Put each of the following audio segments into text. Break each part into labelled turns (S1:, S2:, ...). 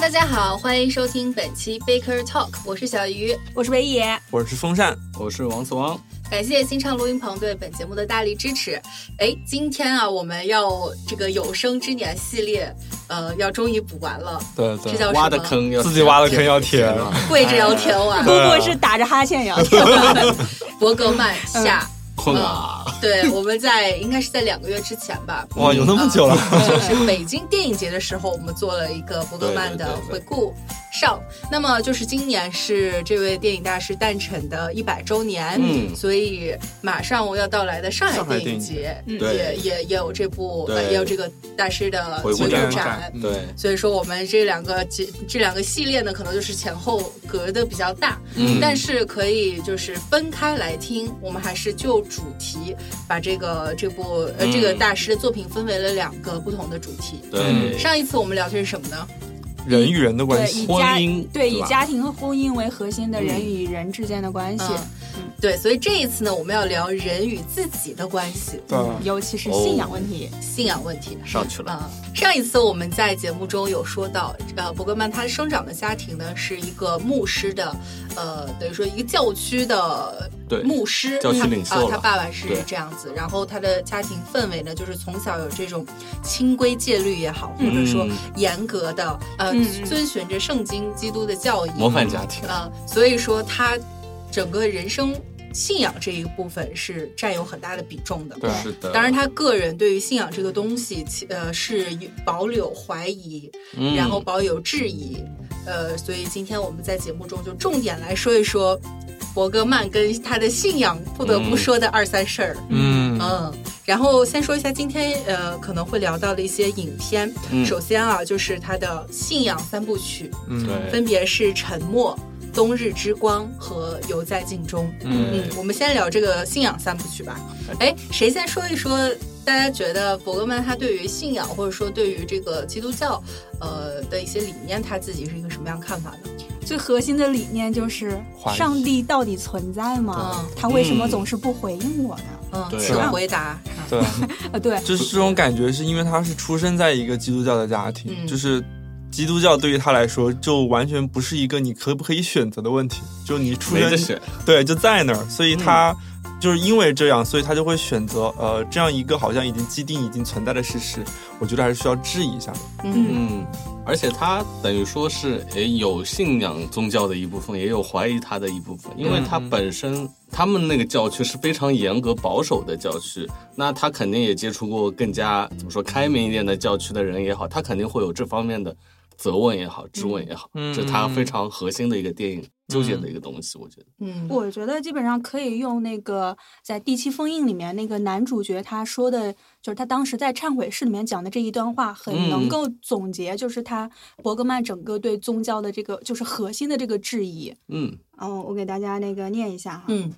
S1: 大家好，欢迎收听本期 Baker Talk，我是小鱼，
S2: 我是北野，
S3: 我是风扇，
S4: 我是王思汪。
S1: 感谢新唱录音棚对本节目的大力支持。哎，今天啊，我们要这个有生之年系列，呃，要终于补完了。
S3: 对
S1: 这叫
S3: 对，
S1: 什么
S4: 挖的坑要
S3: 自己挖的坑要填
S4: 填了
S1: 跪着要填完，
S2: 不
S3: 对啊
S2: 过是打着哈欠聊天。
S1: 伯格曼下。
S4: 困了。
S1: 对，我们在应该是在两个月之前吧，
S3: 哇，有那么久了，
S4: 嗯
S1: 就是北京电影节的时候，我们做了一个伯格曼的回顾上。那么就是今年是这位电影大师诞辰的一百周年，
S4: 嗯
S1: 所以马上要到来的上
S4: 上
S1: 海
S4: 海
S1: 电影
S4: 电
S1: 节
S2: 嗯
S1: 也
S4: 对
S1: 也也有这部，
S4: 对
S1: 呃也有这个大师的
S4: 回顾
S3: 展
S1: 展。
S3: 嗯
S4: 对，
S1: 所以说，我们这两个节这两个系列呢，可能就是前后隔的比较大，
S4: 嗯
S1: 但是可以就是分开来听。我们还是就主题把这个这部呃、
S4: 嗯
S1: 这个大师的作品分为了两个不同的主题。
S4: 对，
S1: 上一次我们聊的是什么呢？
S3: 人与人的关
S2: 对，
S3: 系
S2: 以
S4: 婚
S2: 家
S4: 姻
S2: 对
S4: 是
S2: 以
S4: 吧
S2: 家庭和婚姻为核心的人
S4: 嗯
S2: 与人之间的关系，
S1: 嗯对，所以这一次呢，我们要聊人与自己的关系、
S3: 对，
S2: 尤其是
S4: 哦
S2: 信仰问题。
S1: 信仰问题。
S4: 上去了。
S1: 啊、上一次我们在节目中有说到，呃，伯格曼他生长的家庭呢是一个牧师的，呃，等于说一个教区的
S4: 对
S1: 牧师，
S4: 教区
S1: 他
S4: 领袖
S1: 啊、
S4: 了
S1: 他爸爸是
S4: 对
S1: 这样子，然后他的家庭氛围呢，就是从小有这种清规戒律也好，或者说
S4: 嗯
S1: 严格的，呃，
S2: 嗯嗯
S1: 遵循着圣经基督的教义，
S4: 模范家庭，
S1: 啊、所以说他整个人生信仰这一部分是占有很大的比重的。
S3: 对
S4: 是的。
S1: 当然，他个人对于信仰这个东西，其呃，是有保有怀疑，
S4: 嗯，
S1: 然后保有质疑，呃，所以今天我们在节目中就重点来说一说伯格曼跟他的信仰不得不说的二三事儿。
S3: 嗯
S1: 嗯，然后先说一下今天呃可能会聊到的一些影片。
S4: 嗯
S1: 首先啊，就是他的信仰三部曲，
S3: 嗯，
S4: 对
S1: 分别是《沉默》《冬日之光》和《游在镜中》。嗯
S3: 嗯，
S1: 我们先聊这个信仰三部曲吧。哎，谁先说一说？大家觉得伯格曼他对于信仰，或者说对于这个基督教，呃的一些理念，他自己是一个什么样看法呢？
S2: 最核心的理念就是：
S3: 怀疑
S2: 上帝到底存在吗？他为什么总是不回应我呢？
S1: 嗯，
S4: 对
S1: 请
S3: 是吧
S1: 回答。
S3: 对，
S2: 呃，对，
S3: 就是这种感觉，是因为他是出生在一个基督教的家庭，
S1: 嗯
S3: 就是。基督教对于他来说，就完全不是一个你可不可以选择的问题，就你出
S4: 没
S3: 生
S4: 得选，
S3: 对，就在那儿，所以他就是因为这样，所以他就会选择呃这样一个好像已经既定、已经存在的事实，我觉得还是需要质疑一下的。
S1: 嗯
S4: 嗯，而且他等于说是也有信仰宗教的一部分，也有怀疑他的一部分，因为他本身他们那个教区是非常严格保守的教区，那他肯定也接触过更加怎么说开明一点的教区的人也好，他肯定会有这方面的责问也好，质问也好，
S3: 嗯
S4: 这是他非常核心的一个电影纠结的一个东西，我觉得。
S1: 嗯，
S2: 我觉得基本上可以用那个在《第七封印》里面那个男主角他说的，就是他当时在忏悔室里面讲的这一段话，很能
S4: 嗯
S2: 够总结，就是他伯格曼整个对宗教的这个就是核心的这个质疑。
S4: 嗯，
S2: 嗯，我给大家那个念一下哈，
S1: 嗯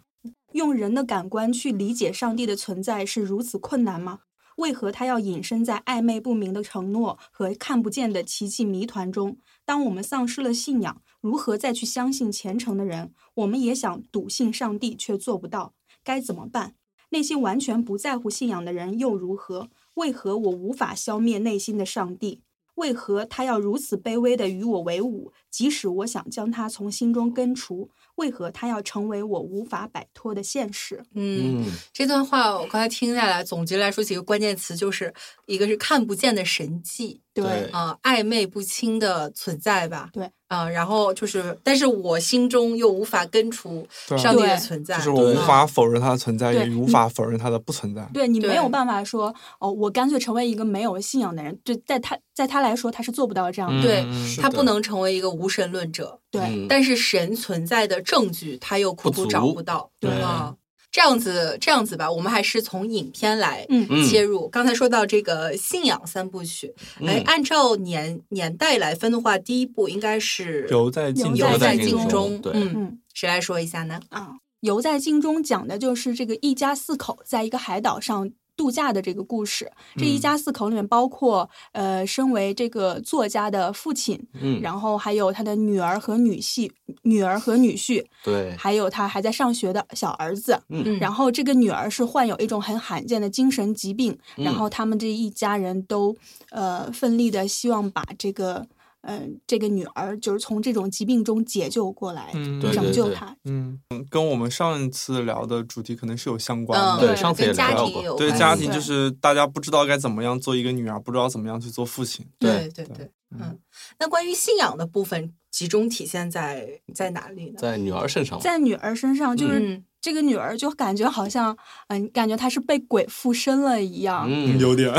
S2: 用人的感官去理解上帝的存在是如此困难吗？为何他要隐身在暧昧不明的承诺和看不见的奇迹谜团中？当我们丧失了信仰，如何再去相信虔诚的人？我们也想笃信上帝，却做不到，该怎么办？那些完全不在乎信仰的人又如何？为何我无法消灭内心的上帝？为何他要如此卑微的与我为伍？即使我想将他从心中根除，为何他要成为我无法摆脱的现实？
S1: 嗯，这段话我刚才听下来，总结来说几个关键词，就是一个是看不见的神迹，
S4: 对
S1: 啊、暧昧不清的存在吧。
S2: 对，
S1: 啊、然后就是，但是我心中又无法根除
S3: 对啊
S1: 上帝的
S2: 对
S1: 存在，
S3: 就是我无
S1: 啊
S3: 法否认它的存在，
S2: 对
S3: 也无法否认它的不存在。
S2: 对你
S1: 对
S2: 没有办法说哦，我干脆成为一个没有信仰的人。对，在他在他来说，他是做不到这样的。
S1: 对
S3: 嗯
S1: 他不能成为一个无神论者，
S2: 对，
S4: 嗯
S1: 但是神存在的证据他又苦苦
S4: 不足
S1: 找不到，
S2: 对
S1: 啊。这样子，这样子吧，我们还是从影片来
S2: 嗯
S4: 嗯
S1: 切入。刚才说到这个信仰三部曲，哎、
S4: 嗯
S1: 按照年年代来分的话，第一部应该是
S3: 犹在镜
S2: 犹
S3: 中，
S1: 在
S4: 在
S1: 镜
S4: 镜
S1: 中
S4: 中》对
S1: 嗯，
S2: 嗯
S1: 谁来说一下呢？
S2: 啊，《游在镜中》讲的就是这个一家四口在一个海岛上度假的这个故事。这一
S3: 嗯
S2: 家四口里面包括呃，身为这个作家的父亲，
S4: 嗯，
S2: 然后还有他的女儿和女婿，女儿和女婿，
S4: 对，
S2: 还有他还在上学的小儿子。
S1: 嗯，
S2: 然后这个女儿是患有一种很罕见的精神疾病，然
S4: 嗯
S2: 后他们这一家人都呃奋力的希望把这个嗯、这个女儿就是从这种疾病中解救过来，
S3: 嗯，
S4: 对
S2: 拯
S4: 对
S2: 救
S4: 对
S2: 她。
S3: 嗯，跟我们上一次聊的主题可能是有相关
S1: 嗯，
S3: 的。
S4: 对上次也
S1: 跟家
S4: 聊
S1: 庭
S4: 过
S1: 有
S3: 对
S1: 关
S3: 家
S1: 系
S3: 庭
S2: 对
S3: 就是大家不知道该怎么样做一个女儿，不知道怎么样去做父亲。
S1: 对
S4: 对
S1: 对对，
S3: 嗯
S1: 嗯，那关于信仰的部分集中体现在在哪里呢？
S4: 嗯在女儿身上嘛，
S2: 在女儿身上，就是
S1: 嗯，
S2: 这个女儿就感觉好像，嗯、感觉她是被鬼附身了一样，
S4: 嗯，
S3: 有点，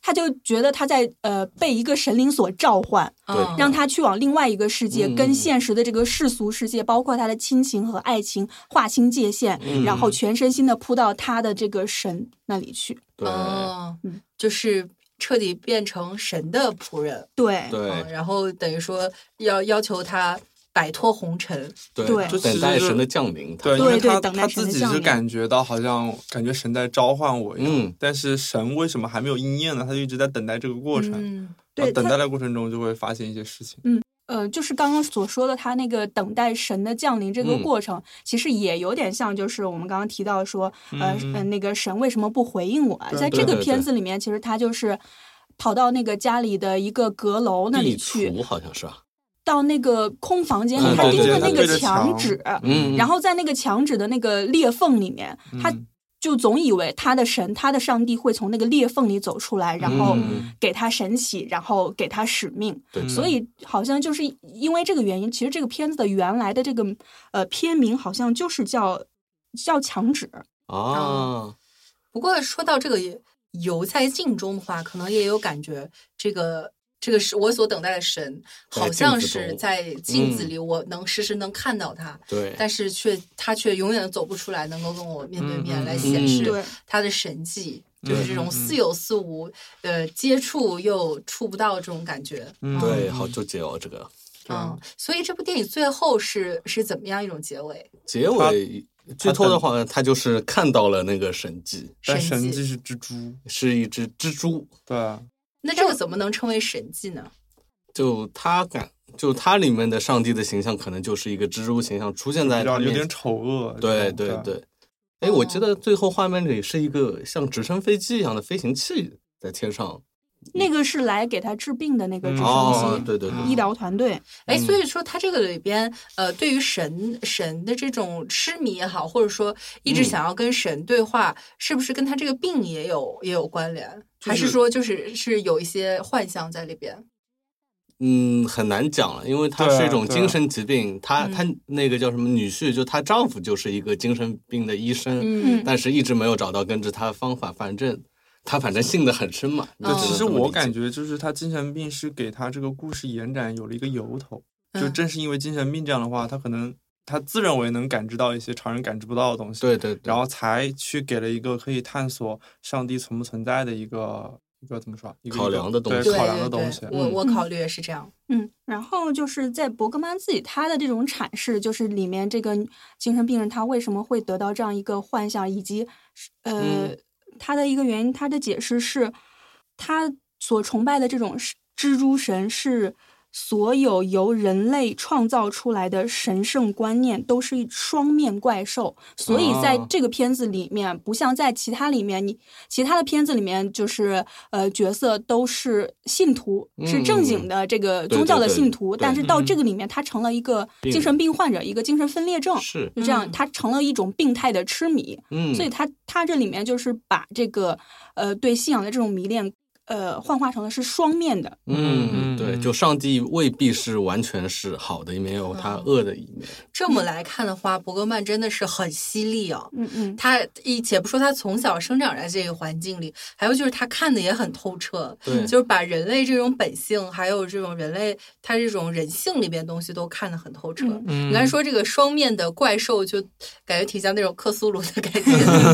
S2: 她就觉得她在呃被一个神灵所召唤，
S4: 对
S1: 嗯
S2: 让她去往另外一个世界，
S4: 哦嗯
S2: 跟现实的这个世俗世界，包括她的亲情和爱情划清界限，
S4: 嗯
S2: 然后全身心的扑到她的这个神那里去。
S4: 对
S1: 哦
S2: 嗯，
S1: 就是彻底变成神的仆人，
S2: 对，
S4: 对
S1: 嗯，然后等于说要要求他摆脱红尘，
S2: 对
S4: 就
S3: 就其实
S4: 等待
S3: 就
S4: 神的降临，他
S3: 对，因
S2: 对
S3: 为
S2: 对
S3: 他
S2: 等待
S3: 他
S2: 神的
S3: 自己
S2: 降
S3: 就
S2: 临
S3: 感觉到好像感觉神在召唤我一样，
S4: 嗯
S3: 但是神为什么还没有应验呢？他就一直在等待这个过程。
S1: 嗯
S3: 然后
S2: 对
S3: 等
S2: 他
S3: 待的过程中就会发现一些事情。
S2: 呃，就是刚刚所说的，他那个等待神的降临这个
S4: 嗯
S2: 过程，其实也有点像，就是我们刚刚提到说，呃
S3: 嗯嗯
S2: 呃，那个神为什么不回应我啊？
S3: 对
S2: 在
S4: 对
S2: 这个
S4: 对
S2: 片
S4: 对
S2: 子里面，其实他就是跑到那个家里的一个阁楼那里
S4: 地
S2: 去，
S4: 图好像是吧？
S2: 到那个空房间里，
S4: 嗯
S2: 他
S4: 对
S2: 盯
S4: 对
S2: 着
S4: 他
S2: 那
S3: 对
S2: 个
S3: 着
S2: 墙
S3: 墙
S2: 纸，
S4: 嗯，
S2: 然
S4: 后
S2: 后在那个墙纸的那个裂缝里面，他
S3: 嗯
S2: 就总以为他的神、他的上帝会从那个裂缝里走出来，然后
S4: 嗯
S2: 给他神奇，然后给他使命。
S4: 对
S2: 所以好像就是因为这个原因，其实这个片子的原来的这个呃片名好像就是叫叫墙纸，
S4: 啊，
S1: 不过说到这个游在镜中的话，可能也有感觉，这个这个是我所等待的神，
S4: 在
S1: 好
S4: 镜
S1: 像
S4: 子
S1: 是
S4: 中
S1: 在镜子
S4: 嗯
S1: 里，我能时时能看到他，
S4: 对，
S1: 但是却他却永远走不出来，能够跟我面对面
S3: 嗯嗯
S1: 来
S3: 嗯
S1: 显
S4: 嗯
S1: 示
S2: 对
S1: 他的神迹，
S3: 嗯
S1: 就是这种
S3: 嗯
S1: 似有似无，呃，接触又触不到这种感觉。
S3: 嗯
S4: 对，好纠结哦，这个
S1: 嗯，所以这部电影最后是是怎么样一种结尾？
S4: 结尾剧透的话，他就是看到了那个神迹，
S3: 但呃神
S1: 神迹
S3: 迹是蜘蛛，
S4: 是一只蜘蛛，
S3: 对，
S1: 那这个怎么能称为神迹呢？
S4: 就他感，就它里面的上帝的形象，可能就是一个蜘蛛形象出现在
S3: 比较有
S4: 他面
S3: 点
S4: 前。
S3: 丑恶。
S4: 对
S3: 对
S4: 对对，哎，我记得最后画面里是一个像直升飞机一样的飞行器在天上。
S2: 那个是来给他治病的那个
S3: 嗯
S2: 直
S4: 哦
S2: 升，机
S4: 对对对，
S2: 医疗团队。
S1: 哎，
S4: 嗯
S1: 所以说他这个里边，呃，对于神神的这种痴迷也好，或者说一直
S4: 嗯
S1: 想要跟神对话，是不是跟他这个病也有也有关联？
S4: 就是
S1: 还是说就是是有一些幻象在里边？
S4: 嗯，很难讲了，因为它
S3: 对
S4: 是一种
S3: 对
S4: 精神疾病。她
S1: 嗯
S4: 她那个叫什么女婿，就她丈夫就是一个精神病的医生，
S2: 嗯
S4: 但是一直没有找到根治他的方法。反正他反正信得很深嘛。你
S2: 哦
S1: 对
S4: 只能
S3: 其实
S4: 这么
S3: 哦我
S4: 理解
S3: 感觉就是他精神病是给他这个故事延展有了一个由头，
S1: 嗯
S3: 就正是因为精神病这样的话，他可能他自认为能感知到一些常人感知不到的东西，
S4: 对对，对
S3: 然后才去给了一个可以探索上帝存不存在的一个一个怎么说啊，一个
S4: 考量的东西
S3: 对
S1: 对
S3: 考量的
S1: 对
S3: 东西
S1: 对，。我
S4: 嗯
S1: 我考虑也是这样。
S2: 嗯，然后就是在伯格曼自己他的这种阐释，就是里面这个精神病人他为什么会得到这样一个幻象，以及呃、
S4: 嗯
S2: 他的一个原因，他的解释是他所崇拜的这种是蜘蛛神是所有由人类创造出来的神圣观念都是一双面怪兽，所以在
S4: 哦
S2: 这个片子里面，不像在其他里面你其他的片子里面，就是呃角色都是信徒，是正
S4: 嗯
S2: 经的这个宗教的信徒，
S4: 对对对
S2: 但是到
S3: 嗯
S2: 这个里面，他成了一个精神病患者，一个精神分裂症，
S4: 是
S2: 就这样
S1: 嗯，
S2: 他成了一种病态的痴迷，
S4: 嗯，
S2: 所以他他这里面就是把这个呃对信仰的这种迷恋，呃幻化成了是双面的，
S4: 嗯，
S3: 嗯
S4: 对，
S3: 嗯
S4: 就上帝未必是完全是好的一面，也有
S2: 哦
S4: 他恶的一面。
S1: 这么来看的话，伯格曼真的是很犀利哦。
S2: 嗯嗯，
S1: 他一且不说他从小生长在这个环境里，还有就是他看的也很透彻，
S4: 对
S1: 就是把人类这种本性，还有这种人类他这种人性里边东西都看得很透彻。
S2: 嗯
S3: 嗯
S1: 你刚才说这个双面的怪兽，就感觉挺像那种克苏鲁的感觉，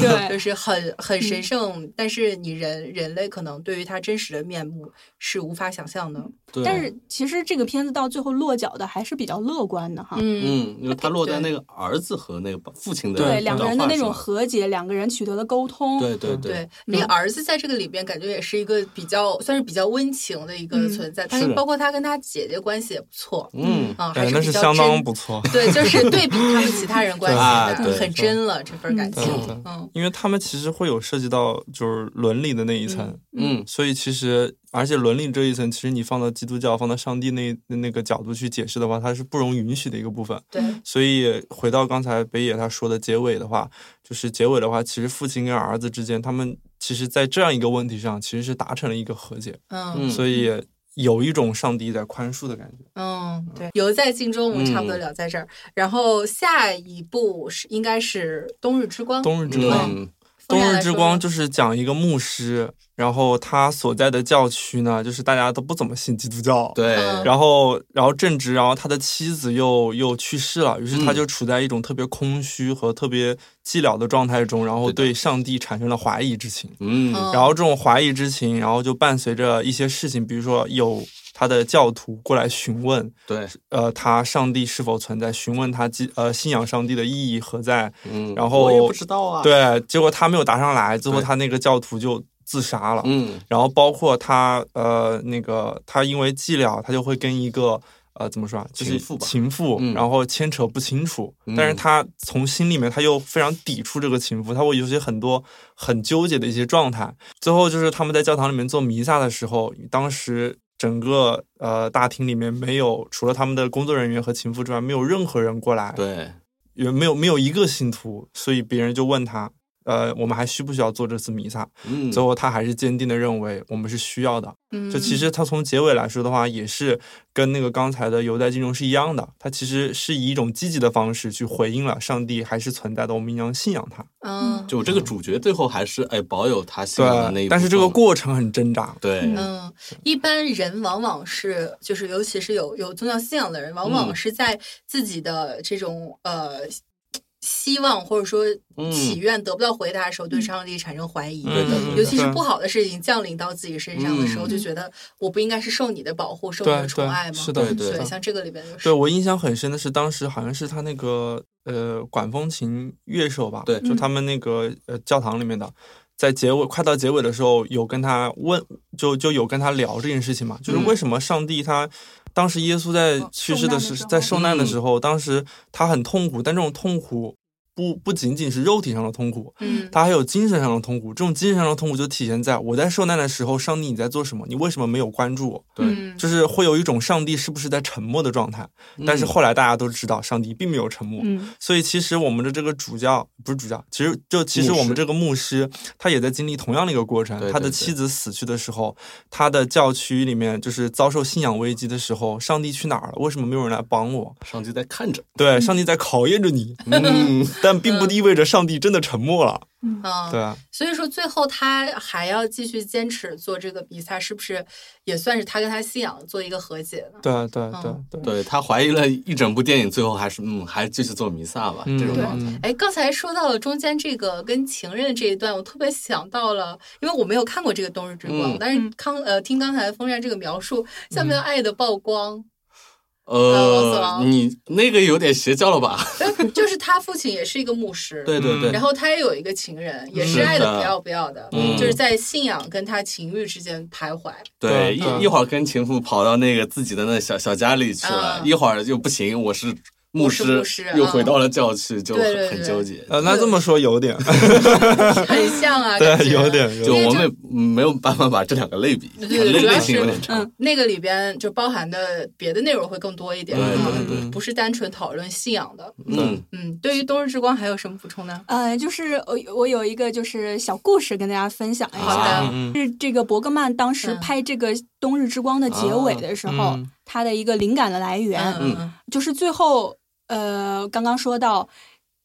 S2: 对嗯
S1: 就是很很神圣，但是你人人类可能对于它真实的面目是无法想象的。
S4: 对，
S2: 但是其实这个片子到最后落脚的还是比较乐观的哈。
S1: 嗯
S4: 嗯，因为他落在那个儿子和那个父亲的
S3: 对
S2: 对两个人的那种
S4: 转化上
S2: 和解，两个人取得了沟通，
S4: 对对对
S1: 对，那个儿子在这个里边感觉也是一个比较算是比较温情的一个
S2: 嗯
S1: 存在，但是
S4: 是的
S1: 包括他跟他姐姐关系也不错，
S4: 嗯，
S1: 啊，还
S3: 哎，
S1: 是
S3: 那
S1: 比
S3: 是
S1: 较
S3: 相当
S1: 真
S3: 不错。
S1: 对，就是对比他们其他人关系
S4: 啊对
S1: 很真了这份感情
S3: 对对，
S1: 嗯
S3: 因为他们其实会有涉及到就是伦理的那一层，
S4: 嗯
S3: 所以其实，而且伦理这一层，其实你放到基督教、放到上帝那那个角度去解释的话，它是不容允许的一个部分。
S1: 对，
S3: 所以回到刚才北野他说的结尾的话，就是结尾的话，其实父亲跟儿子之间，他们其实在这样一个问题上，其实是达成了一个和解，
S1: 嗯
S3: 所以有一种上帝在宽恕的感觉。
S1: 嗯，对，犹在镜中，我们差不
S3: 嗯
S1: 多聊在这儿。然后下一步是应该是《冬日之光》，
S3: 冬日之光，
S4: 嗯，
S1: 哦风
S3: 冬
S1: 雅
S3: 日
S1: 来
S3: 之
S1: 说
S3: 光
S1: 说
S3: 就是讲一个牧师，然后他所在的教区呢，就是大家都不怎么信基督教，
S4: 对，
S1: 嗯
S3: 然后，然后正值，然后他的妻子又又去世了，于是他
S4: 嗯
S3: 就处在一种特别空虚和特别寂寥的状态中，然后
S4: 对的
S3: 对上帝产生了怀疑之情。
S4: 嗯
S1: 嗯
S3: 然后这种怀疑之情，然后就伴随着一些事情，比如说有他的教徒过来询问，
S4: 对，
S3: 呃，他上帝是否存在，询问他基呃信仰上帝的意义何在。
S4: 嗯，
S3: 然后
S4: 我也不知道啊，，
S3: 对，结果他没有答上来，最后
S4: 对
S3: 他那个教徒就自杀了。
S4: 嗯
S3: 然后包括他呃那个他因为寂寥，他就会跟一个呃怎么说啊，就是
S4: 情妇吧
S3: 情妇，
S4: 嗯
S3: 然后牵扯不清楚。
S4: 嗯
S3: 但是他从心里面他又非常抵触这个情妇，他会有些很多很纠结的一些状态。最后就是他们在教堂里面做弥撒的时候，当时。整个呃大厅里面没有除了他们的工作人员和情妇之外，没有任何人过来，
S4: 对，
S3: 也没有没有一个信徒，所以别人就问他，呃，我们还需不需要做这次弥撒？
S4: 嗯，
S3: 最后他还是坚定的认为我们是需要的，
S1: 嗯
S3: 就其实它从结尾来说的话，也是跟那个刚才的犹太金融是一样的，它其实是以一种积极的方式去回应了上帝还是存在的，我们应当信仰它。
S1: 嗯
S4: 就这个主角最后还是哎保有他信仰的那
S3: 对，
S4: 一部分，
S3: 但是这个过程很挣扎。
S4: 对，
S1: 嗯，一般人往往是就是，尤其是有有宗教信仰的人，往往
S4: 嗯
S1: 是在自己的这种呃希望或者说
S4: 嗯
S1: 祈愿得不到回答的时
S3: 嗯
S1: 候，对上帝产生怀疑。
S4: 对的对
S1: 尤其是
S3: 对
S1: 不好的事情降临到自己身上的时候，
S4: 嗯
S1: 就觉得我不应该是受你的保护，受你
S3: 对
S1: 的宠爱
S3: 对，
S1: 吗？嗯
S3: 是的，
S4: 对对
S3: 是的
S1: 像这个里边就是
S3: 对，我印象很深的是，当时好像是他那个呃管风琴乐手吧，
S4: 对
S3: 就
S1: 嗯
S3: 他们那个呃教堂里面的，在结尾快到结尾的时候，有跟他问，就就有跟他聊这件事情嘛，就是
S4: 嗯
S3: 为什么上帝他。当时耶稣在
S2: 哦
S3: 去
S2: 受
S3: 世的
S2: 难的
S3: 时，
S2: 时候
S3: 在受难的
S4: 嗯
S3: 时候，当时他很痛苦，但这种痛苦不不仅仅是肉体上的痛苦，
S1: 嗯
S3: 他还有精神上的痛苦。这种精神上的痛苦就体现在我在受难的时候，上帝你在做什么？你为什么没有关注我？
S4: 对
S1: 嗯
S3: 就是会有一种上帝是不是在沉默的状态。
S4: 嗯
S3: 但是后来大家都知道，上帝并没有沉默。
S2: 嗯
S3: 所以其实我们的这个主教不是主教，其实就其实
S4: 牧师
S3: 我们这个牧师，他也在经历同样的一个过程。
S4: 对对
S3: 他的
S4: 对
S3: 妻子死去的时候，他的教区里面就是遭受信仰危机的时候，上帝去哪儿了？为什么没有人来帮我？
S4: 上帝在看着，
S3: 对，上帝在考验着你，
S4: 嗯，
S3: 但并不意味着上帝真的沉默了。
S1: 啊，
S3: 对啊，
S1: 所以说最后他还要继续坚持做这个比赛，是不是也算是他跟他信仰做一个和解呢？
S3: 对啊对啊对啊
S1: 嗯
S3: 对啊
S4: 对他怀疑了一整部电影，最后还是嗯，还继续做弥撒吧，
S3: 嗯
S4: 这种
S2: 对
S4: 状态，
S1: 哎，刚才说到了中间这个跟情人这一段，我特别想到了，因为我没有看过这个《冬日之光》，
S4: 嗯
S1: 但是康呃听刚才风扇这个描述，像不
S3: 嗯
S1: 像《爱的曝光》 王子
S4: 呃，
S1: 王
S4: 你那个有点邪教了吧？
S1: 对就是他父亲也是一个牧师，
S4: 对
S3: 嗯
S4: 对对，
S1: 然后他也有一个情人，也
S4: 是
S1: 是
S4: 的
S1: 爱的不要不要的，
S4: 嗯
S1: 就是在信仰跟他情欲之间徘徊。
S4: 对，
S3: 对
S4: 一
S3: 对
S4: 一会儿跟情妇跑到那个自己的那小小家里去了，
S1: 嗯
S4: 一会儿又不行，我是牧
S1: 我是牧师
S4: 又
S1: 嗯
S4: 回到了教区，就
S1: 对对
S4: 很很
S1: 对
S4: 纠结。
S3: 呃，那这么说有点，
S1: 很像啊，
S3: 对
S1: 感，觉
S3: 有。点，有
S4: 就
S3: 点。
S4: 我们没有办法把这两个类比，
S1: 对对
S4: 类
S1: 主要
S4: 类型有
S1: 是
S4: 点长。
S1: 那个里边就包含的别的内容会更多一点，
S4: 对
S1: 嗯
S4: 对
S3: 嗯
S4: 对，
S1: 不是单纯讨论信仰的。
S4: 嗯，
S1: 嗯，对于《冬日之光》还有什么补充呢？
S2: 呃，就是我我有一个就是小故事跟大家分享一
S1: 好
S2: 下，
S1: 的
S4: 啊，
S3: 嗯
S2: 是这个伯格曼当时
S1: 嗯
S2: 拍这个《冬日之光》的结尾的时候，
S3: 啊嗯
S2: 他的一个灵感的来源。
S1: 嗯嗯
S2: 就是最后，呃，刚刚说到，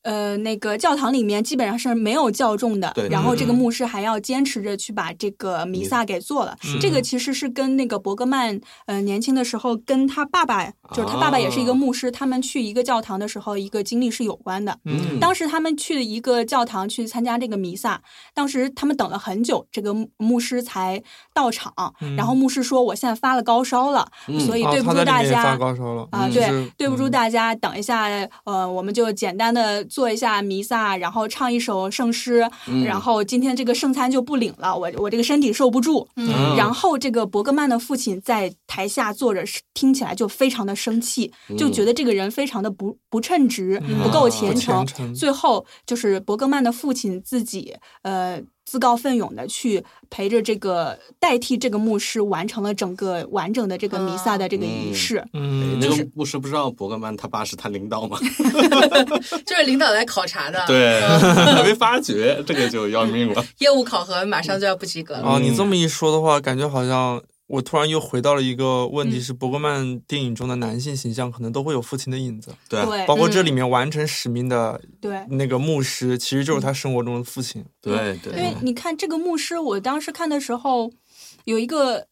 S2: 呃，那个教堂里面基本上是没有教众的
S4: 对，
S2: 然后这个
S3: 嗯
S2: 牧师还要坚持着去把这个弥撒给做了。
S3: 是
S2: 这个其实是跟那个伯格曼，呃，年轻的时候跟他爸爸，就是他爸爸也是一个
S4: 啊
S2: 牧师，他们去一个教堂的时候，一个经历是有关的。
S3: 嗯
S2: 当时他们去一个教堂去参加这个弥撒，当时他们等了很久，这个牧牧师才到场。然后牧师说：“我现在发了高烧了，
S4: 嗯
S2: 所以
S3: 哦
S2: 对不
S3: 他
S2: 住
S3: 在里
S2: 大
S3: 面也
S2: 家。
S3: 发高烧了
S2: 啊，
S3: 嗯就
S2: 对
S3: 是，
S2: 对不住
S3: 嗯
S2: 大家，等一下，呃，我们就简单的做一下弥撒，然后唱一首圣诗，
S4: 嗯
S2: 然后今天这个圣餐就不领了，我我这个身体受不住。
S1: 嗯
S2: 然后这个伯格曼的父亲在台下坐着，听起来就非常的生气，就觉得这个人非常的不不称职，
S3: 嗯
S2: 不够
S4: 啊
S2: 虔
S3: 不
S2: 诚。
S3: 虔诚
S2: 最后就是伯格曼的父亲自己，呃。自告奋勇的去陪着这个代替这个牧师完成了整个完整的这个弥撒的这个仪式。
S3: 嗯，
S4: 那个牧师不知道伯格曼他爸是他领导 吗？
S1: 就是领导来考察的，
S4: 对
S1: 嗯，
S4: 还没发觉，这个就要命了。
S1: 业务考核马上就要不及格了。
S3: 哦，你
S4: 嗯
S3: 这么一说的话，感觉好像我突然又回到了一个问题：是伯格曼电影中的男性形象可能都会有父亲的影子，
S4: 对
S2: 对
S3: 包括这里面完成使命的
S2: 对，
S4: 嗯
S3: 那个牧师，其实就是他生活中的父亲。
S4: 对
S2: 因为
S4: 对，
S2: 你看这个牧师，我当时看的时候，有一个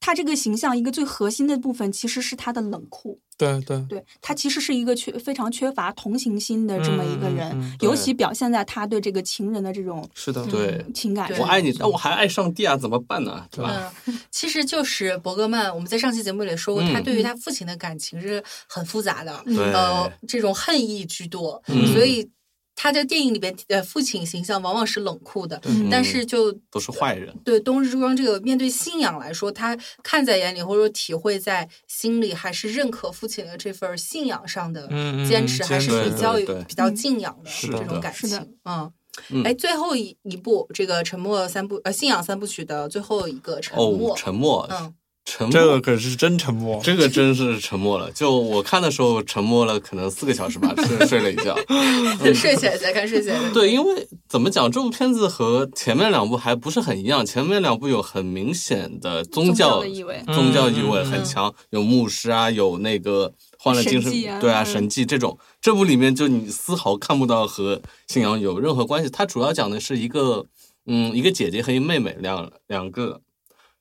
S2: 他这个形象一个最核心的部分其实是他的冷酷。
S3: 对对，
S2: 对他其实是一个缺非常缺乏同情心的这么一个人，
S3: 嗯嗯嗯
S4: 对
S2: 尤其表现在他对这个情人的这种
S3: 是的，
S4: 对
S2: 情感
S1: 对
S4: 我
S2: 上。
S4: 爱你，但我还爱上帝啊，怎么办呢？对吧？
S1: 嗯，其实就是伯格曼，我们在上期节目里说过，
S4: 嗯
S1: 他对于他父亲的感情是很复杂的，
S2: 嗯
S1: 呃
S4: 对，
S1: 这种恨意居多，
S4: 嗯
S1: 所以他在电影里边，呃，父亲形象往往是冷酷的，
S2: 嗯
S1: 但是就
S4: 都是坏人。
S1: 对冬日之光这个面对信仰来说，他看在眼里，或者说体会在心里，还是认可父亲的这份信仰上的
S3: 嗯嗯
S1: 坚持，还是
S3: 坚持
S1: 比较
S4: 对
S1: 有
S4: 对对
S1: 比较敬仰的
S4: 是
S1: 这种
S4: 的
S1: 感
S2: 嗯是的
S1: 情，嗯。
S4: 嗯
S1: 哎，最后一一部这个《沉默三部》呃，《信仰三部曲》的最后一个《沉默
S4: 哦，》，沉默，
S1: 嗯，
S4: 沉默，
S3: 这个可是真沉默。
S4: 这个真是沉默了。就我看的时候，沉默了可能四个小时吧，睡睡了一 觉。嗯
S1: 睡起来再看睡起来再看。
S4: 对，因为怎么讲，这部片子和前面两部还不是很一样。前面两部有很明显的宗
S2: 宗
S4: 教
S2: 教的意味
S4: 宗教意味
S3: 嗯
S4: 很强，有牧师啊，有那个患了精
S2: 神
S4: 神
S2: 迹啊
S4: 对啊
S2: 嗯
S4: 神迹这种。这部里面就你丝毫看不到和信仰有任何关系。它主要讲的是一个嗯，一个姐姐和一妹妹两两个，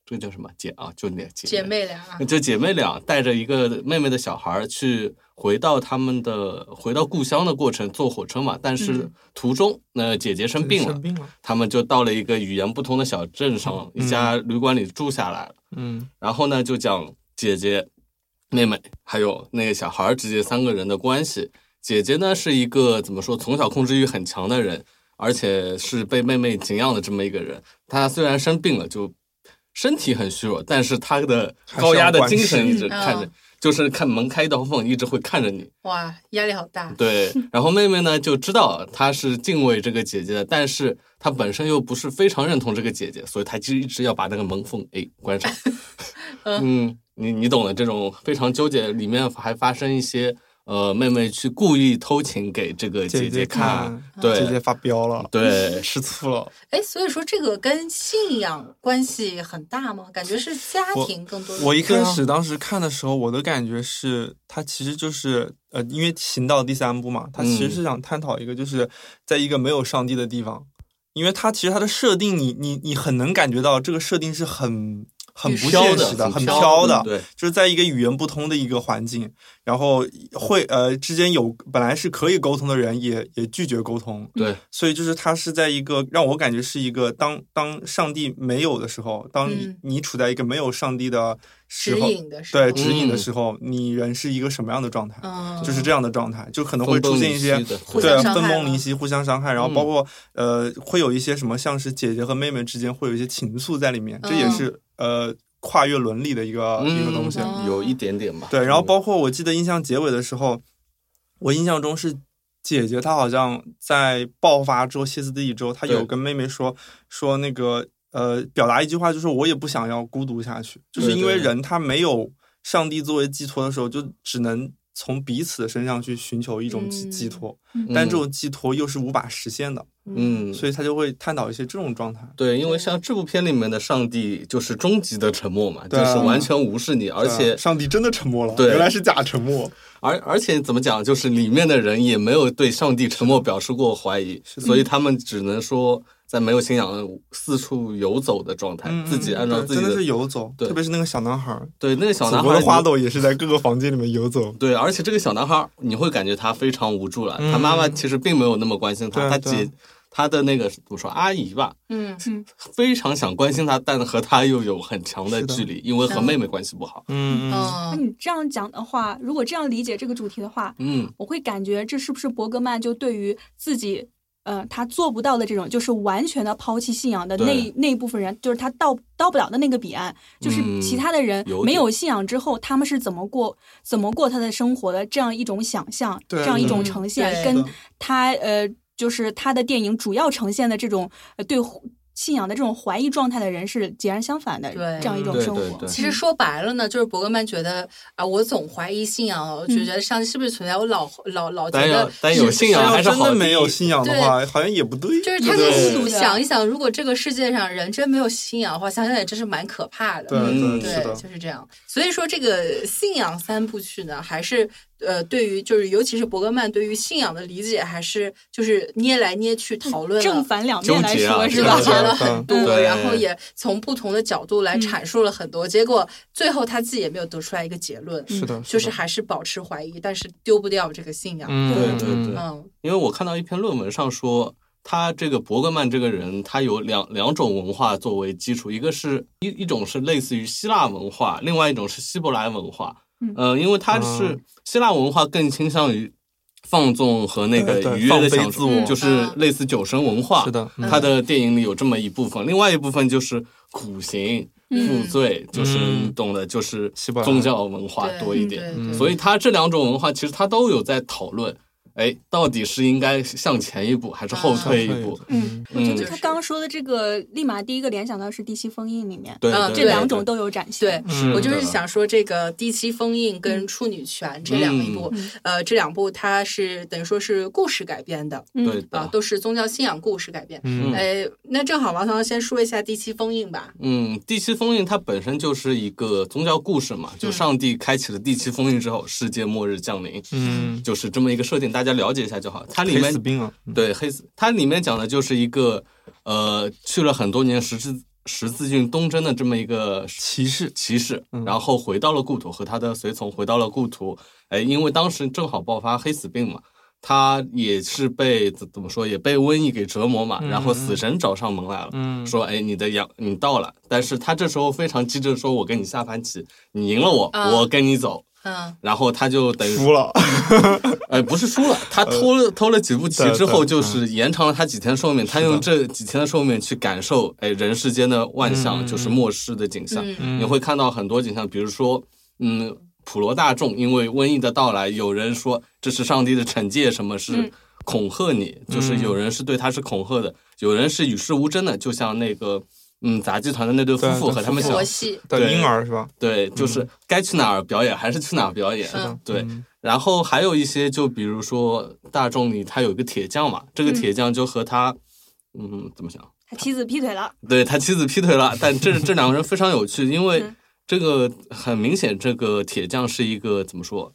S4: 这个叫什么姐啊？就那姐
S1: 姐妹俩 啊，
S4: 就姐妹俩带着一个妹妹的小孩儿去回到他们的回到故乡的过程，坐火车嘛。但是
S1: 嗯
S4: 途中，那、姐姐生病了
S3: 生，病了，
S4: 他们就到了一个语言不通的小镇上，一家旅馆里住下来了。
S3: 嗯
S4: 然后呢，就讲姐姐、妹妹还有那个小孩儿之间三个人的关系。姐姐呢是一个怎么说，从小控制欲很强的人，而且是被妹妹敬仰的这么一个人。她虽然生病了，就身体很虚弱，但是她的高压的精神一直看着
S1: 嗯，
S4: 就是看门开一道缝，一直会看着你。
S1: 哇，压力好大。
S4: 对，然后妹妹呢就知道她是敬畏这个姐姐的，但是她本身又不是非常认同这个姐姐，所以她就一直要把那个门缝哎关上。嗯，你你懂的，这种非常纠结，里面还发生一些呃，妹妹去故意偷情给这个
S3: 姐
S4: 姐
S3: 看，
S4: 对
S3: 姐姐发飙了，
S4: 对
S3: 吃醋了。
S1: 哎，所以说这个跟信仰关系很大吗？感觉是家庭更多的。
S3: 我一
S4: 对
S3: 开
S4: 啊
S3: 始当时看的时候，我的感觉是，它其实就是呃，因为行到第三部嘛，它
S4: 嗯
S3: 其实是想探讨一个，就是在一个没有上帝的地方，因为它其实它的设定你，你你很能感觉到这个设定是很很不
S4: 飘
S3: 现
S4: 的
S3: 实的，
S4: 很
S3: 很
S4: 飘
S3: 飘
S4: 的
S3: 的，
S4: 嗯
S3: 嗯
S4: 对，
S3: 就是在一个语言不通的一个环境，然后会呃之间有本来是可以沟通的人也也拒绝沟通，
S4: 对，
S3: 所以就是它是在一个让我感觉是一个当当上帝没有的时候，当你
S1: 嗯
S3: 你处在一个没有上帝的时
S1: 指
S3: 候，
S1: 引的时候，
S3: 对指引的时候，你人是一个什么样的状态？
S1: 嗯，
S3: 就是这样的状态，就可能
S4: 风
S3: 会
S4: 崩
S3: 出现
S4: 雨
S3: 一些
S4: 息的
S1: 互
S3: 对
S1: 相
S3: 啊
S1: 伤害
S3: 分崩
S1: 了
S3: 离析、互相伤害，然后包括、呃，会有一些什么，像是姐姐和妹妹之间会有一些情愫在里面，这也
S1: 嗯
S3: 是呃跨越伦理的一个、啊一个东西。
S1: 嗯
S4: 有一点点吧。嗯
S3: 对，然后包括我记得印象结尾的时候，我印象中是姐姐她好像在爆发之后歇斯底里之后，她有
S4: 对
S3: 跟妹妹说说那个呃，表达一句话就是我也不想要孤独下去，就是
S4: 对
S3: 因为
S4: 对
S3: 人他没有上帝作为寄托的时候，就只能从彼此的身上去寻求一种寄寄
S1: 嗯
S3: 托，
S4: 嗯
S3: 但这种寄托又是无法实现的，
S4: 嗯，
S3: 所以他就会探讨一些这种状态。
S4: 对，因为像这部片里面的上帝就是终极的沉默嘛，就
S3: 对啊
S4: 是完全无视你，而
S3: 对
S4: 且
S3: 啊上帝真的沉默了，
S4: 对
S3: 原来是假沉默。
S4: 而而且怎么讲，就是里面的人也没有对上帝沉默表示过怀疑，所以他们只能说在没有信仰四处游走的状态，
S3: 嗯
S4: 自己按照
S3: 对
S4: 自己
S3: 真的是
S4: 的
S3: 游走，
S4: 对
S3: 特别是那个小男孩儿，
S4: 对那个小
S3: 祖
S4: 男
S3: 国
S4: 孩
S3: 的花。朵也是在各个房间里面游走。
S4: 对，而且这个小男孩，你会感觉他非常无助了。
S3: 嗯
S4: 他妈妈其实并没有那么关心他，
S3: 对啊
S4: 他
S3: 对
S4: 姐，他的那个怎么说，阿姨吧，
S1: 嗯，
S4: 非常想关心他，但和他又有很强的
S3: 是的
S4: 距离，因为和妹妹关系不好。
S3: 嗯
S2: 那
S1: 嗯，
S2: 你这样讲的话，如果这样理解这个主题的话，
S4: 嗯，
S2: 我会感觉这是不是伯格曼就对于自己，呃，他做不到的这种，就是完全的抛弃信仰的那
S4: 对
S2: 那一部分人，就是他到到不了的那个彼岸，就是
S4: 嗯
S2: 其他的人
S4: 有
S2: 没
S4: 点
S2: 有信仰之后，他们是怎么过怎么过他的生活的这样一种想象，
S3: 对
S2: 这样一种
S1: 嗯
S2: 呈现，
S1: 对
S2: 跟他呃，就是他的电影主要呈现的这种呃对信仰的这种怀疑状态的人是截然相反的
S1: 对
S2: 这样一种
S4: 嗯对
S2: 生
S4: 对
S2: 活
S4: 对。
S1: 其实说白了呢，就是伯格曼觉得啊，我总怀疑信仰，我就觉得上帝是不是存在？我老老老觉
S4: 但有
S1: 得
S4: 但
S1: 是
S4: 有信仰
S1: 是
S4: 还是
S3: 真
S4: 好
S3: 的没有信仰的话，好像也不对。
S1: 就是他
S4: 对
S1: 在
S4: 对
S1: 细
S4: 对
S1: 数
S2: 是的
S1: 想一想，如果这个世界上人真没有信仰的话，想想也真是蛮可怕的。
S3: 对
S4: 嗯
S3: 对
S1: 对，
S3: 是的，
S1: 就是这样。所以说，这个信仰三部曲呢，还是呃，对于就是尤其是伯格曼对于信仰的理解，还是就是捏来捏去讨论了
S2: 正反两
S4: 纠
S2: 面来
S4: 结啊
S2: 说，
S4: 这
S2: 是
S4: 个
S2: 吧
S1: 纠？结了
S3: 嗯
S1: 很多，
S4: 对
S1: 然后也从不同的角度
S2: 嗯
S1: 来阐述了很多，结果最后他自己也没有得出来一个结论，
S3: 嗯是的，
S1: 就是还是保持怀疑，但是丢不掉这个信仰。
S3: 嗯，
S2: 对
S4: 对
S3: 嗯
S4: 对
S1: 嗯
S4: 因为我看到一篇论文上说，他这个伯格曼这个人，他有两两种文化作为基础，一个是一一种是类似于希腊文化，另外一种是希伯来文化。
S2: 嗯
S4: 呃，因为他是
S3: 啊
S4: 希腊文化更倾向于放纵和那
S3: 对
S4: 个
S3: 对
S4: 愉悦
S3: 放
S4: 的
S3: 飞
S4: 享
S3: 自
S4: 受，
S3: 我
S4: 就是
S1: 嗯
S4: 类似酒神文化。
S3: 是的，嗯
S4: 他的电影里有这么一部分，另外一部分就是苦行、负
S1: 嗯，
S4: 罪，就是
S3: 嗯
S4: 你懂的，就是
S3: 希伯来
S4: 宗教文化多一点。
S1: 对对对
S4: 所以他这两种文化其实他都有在讨论，哎，到底是应该向前一步还是后啊退一步？
S2: 嗯，我
S4: 嗯
S2: 觉得他刚刚说的这个，立马第一个联想到是《第七封印》里面，
S1: 嗯
S4: 对，对
S2: 呃这两种都有展
S1: 对
S2: 现。，
S3: 嗯
S1: 我就是
S4: 的
S1: 想说，这个《第七封印》跟
S2: 嗯
S1: 《处女泉》这两
S4: 嗯
S1: 部，
S2: 嗯
S1: 呃，这两部它是等于说是故事改编的
S2: 对
S4: 对
S1: 啊、
S4: 的，
S1: 都是宗教信仰故事改编。
S3: 嗯
S1: 哎，那正好王涛先说一下《第七封印》吧。
S4: 嗯，第七封印它本身就是一个宗教故事嘛，
S2: 嗯
S4: 就上帝开启了第七封印之后，世界末日降临，
S3: 嗯，
S4: 就是这么一个设定，大家了解一下就好。它里
S3: 黑
S4: 面
S3: 死病啊，嗯
S4: 对黑死，它里面讲的就是一个呃去了很多年十字十字军东征的这么一个
S3: 歧视，
S4: 骑士
S3: 嗯，
S4: 然后回到了故土，和他的随从回到了故土。哎，因为当时正好爆发黑死病嘛，他也是被怎怎么说，也被瘟疫给折磨嘛。
S3: 嗯
S4: 然后死神找上门来了，
S3: 嗯，
S4: 说：“哎，你的羊你到了。”但是他这时候非常机智，说：“我跟你下盘棋，你赢了我，
S1: 啊
S4: 我跟你走。
S1: 嗯”
S4: 然后他就等于
S3: 输了，
S4: 哎，不是输了，他偷了偷了几步棋
S3: 呃对
S4: 之后，
S3: 对嗯
S4: 就是延长了他几天的寿命。他用这几天的寿命去感受，哎，人世间的万象，
S3: 嗯
S4: 就是末世的景象。
S1: 嗯
S3: 嗯
S4: 你会看到很多景象，比如说，嗯，普罗大众因为瘟疫的到来，有人说这是上帝的惩戒，什么是
S2: 嗯
S4: 恐吓你，就是
S3: 嗯
S4: 有人是对他是恐吓的，有人是与世无争的，就像那个嗯杂技团的那对夫
S3: 对
S4: 妇
S3: 对
S4: 和他们
S3: 夫
S4: 小
S3: 妇嗯
S1: 佛 系，
S3: 的婴儿是吧？
S4: 对，就是该去哪儿表演还是去哪儿表演，
S1: 嗯
S4: 对。
S3: 嗯
S4: 然后还有一些，就比如说大众里他有一个铁匠嘛，这个
S2: 嗯
S4: 铁匠就和他，嗯，怎么讲？
S2: 他妻子劈腿了，
S4: 对他妻子劈腿了，但这这两个人非常有趣，因为
S2: 嗯
S4: 这个很明显，这个铁匠是一个怎么说？